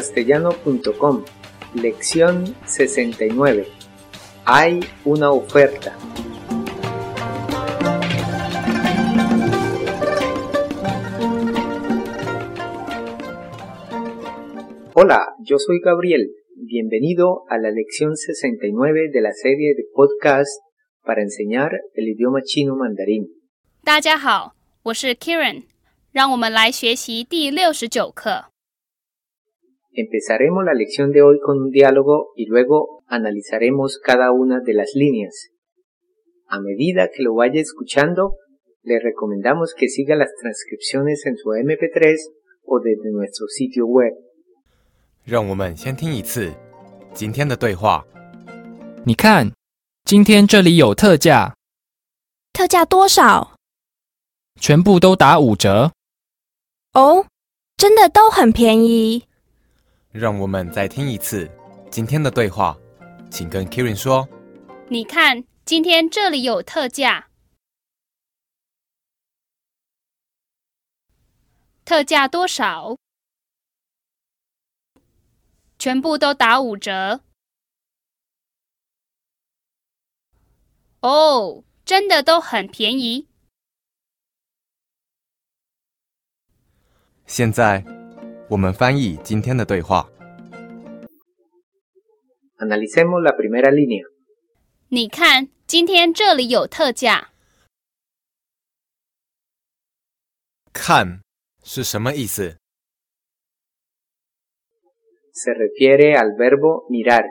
chinocastellano.com Lección 69. Hay una oferta. Hola, yo soy Gabriel. Bienvenido a la lección 69 de la serie de podcast para enseñar el idioma chino mandarín. 大家好，我是 Kieran，让我们来学习第六十九课。 Empezaremos la lección de hoy con un diálogo y luego analizaremos cada una de las líneas. A medida que lo vaya escuchando, le recomendamos que siga las transcripciones en su MP3 o desde nuestro sitio web. 让我们先听一次今天的对话。你看，今天这里有特价，特价多少？全部都打五折。哦，真的都很便宜。让我们再听一次今天的对话，请跟 Kirin 说。你看，今天这里有特价，特价多少？全部都打五折。哦，真的都很便宜。现在我们翻译今天的对话。 Analicemos la primera línea. 你看，今天这里有特价，看是什么意思？ Se refiere al verbo mirar.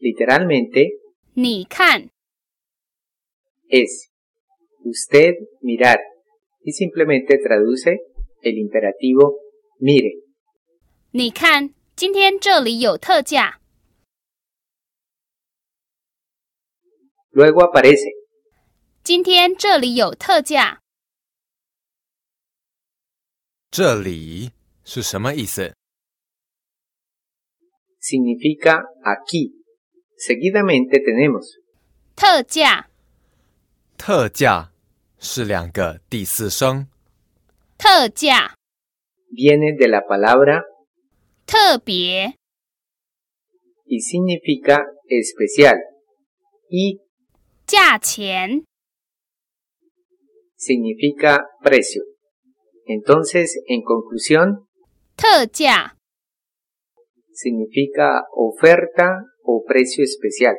Literalmente 你看， es usted mirar y simplemente traduce el imperativo mire. 你看，今天这里有特价。 Luego aparece 今天这里有特价，这里是什么意思？ significa aquí. Seguidamente tenemos 特价，特价是两个第四声，特价， viene de la palabra 特别， y significa especial y 价钱， significa precio. Entonces, en conclusión, 特价， significa oferta o precio especial.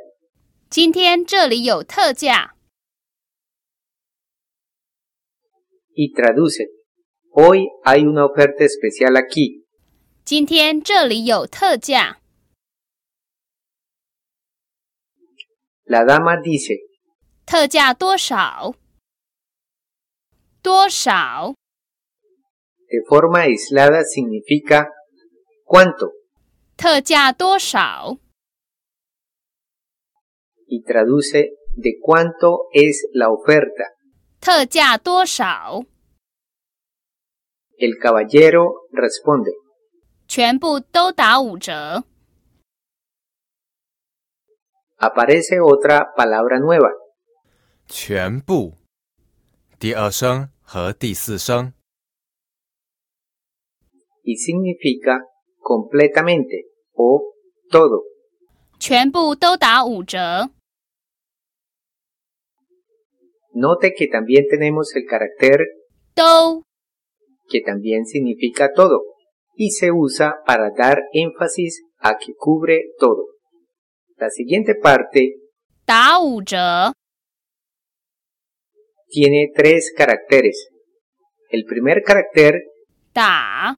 今天这里有特价。 Y traduce, hoy hay una oferta especial aquí. 今天这里有特价。 La dama dice, 特价多少？多少？ de forma aislada significa cuánto. 特价多少？ Y traduce, de cuánto es la oferta. 特价多少？ El caballero responde, 全部都打五折。 aparece otra palabra nueva. 全部第二声和第四声， y significa completamente o todo. 全部都打五折。 Note que también tenemos el carácter 都 que también significa todo y se usa para dar énfasis a que cubre todo. La siguiente parte 打五折。 tiene tres caracteres. El primer carácter 打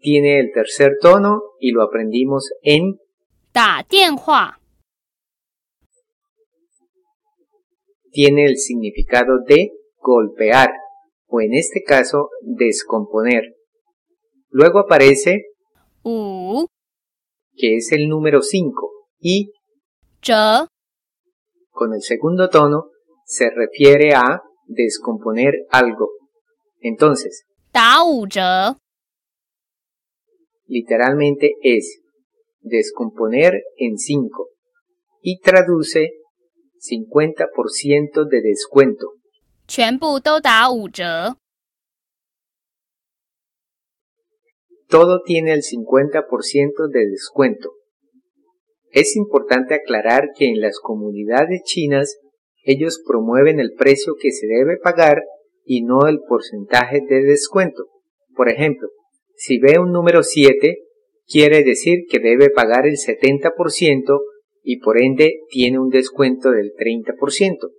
tiene el tercer tono y lo aprendimos en 打电话。 tiene el significado de golpear o en este caso descomponer. Luego aparece 五 que es el número 5 y 折。 con el segundo tono se refiere a descomponer algo. Entonces, 打五折。 literalmente es descomponer en 5 y traduce 50% de descuento. 全部都打五折。 todo tiene el 50% de descuento. Es importante aclarar que en las comunidades chinas ellos promueven el precio que se debe pagar y no el porcentaje de descuento. Por ejemplo, si ve un número 7, quiere decir que debe pagar el 70% y por ende tiene un descuento del 30%.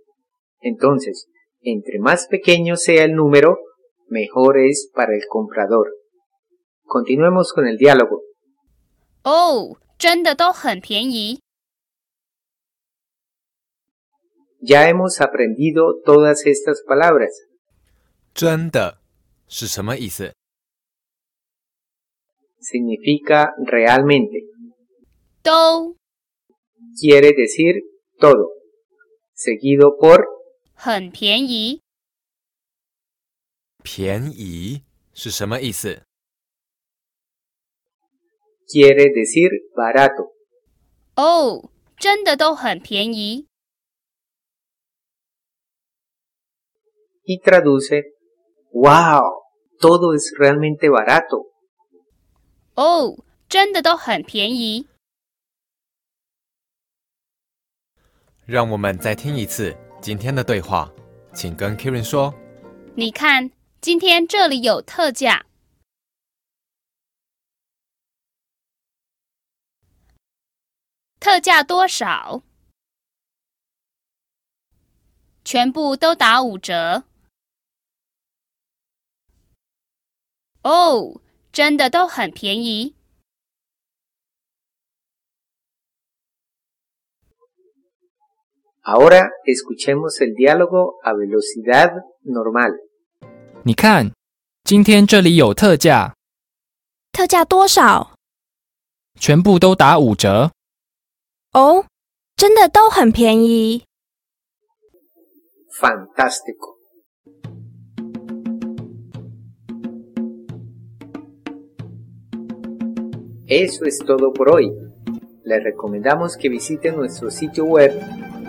Entonces, entre más pequeño sea el número, mejor es para el comprador. Continuemos con el diálogo. 哦，真的都很便宜。 Ya hemos aprendido todas estas palabras. 真的是什么意思？ Significa realmente. 都 Quiere decir todo. Seguido por 很便宜，便宜是什么意思？ quiere decir barato. 哦，真的都很便宜。 Y traduce, wow, todo es realmente barato. 哦，真的都很便宜。让我们再听一次今天的对话，请跟 Kirin 说。你看，今天这里有特价。特价多少？全部都打五折。哦，真的都很便宜。 Ahora escuchemos el diálogo a velocidad normal. 你看，今天这里有特价，特价多少？全部都打五折。哦，真的都很便宜。 Fantástico. Eso es todo por hoy. Les recomendamos que visiten nuestro sitio web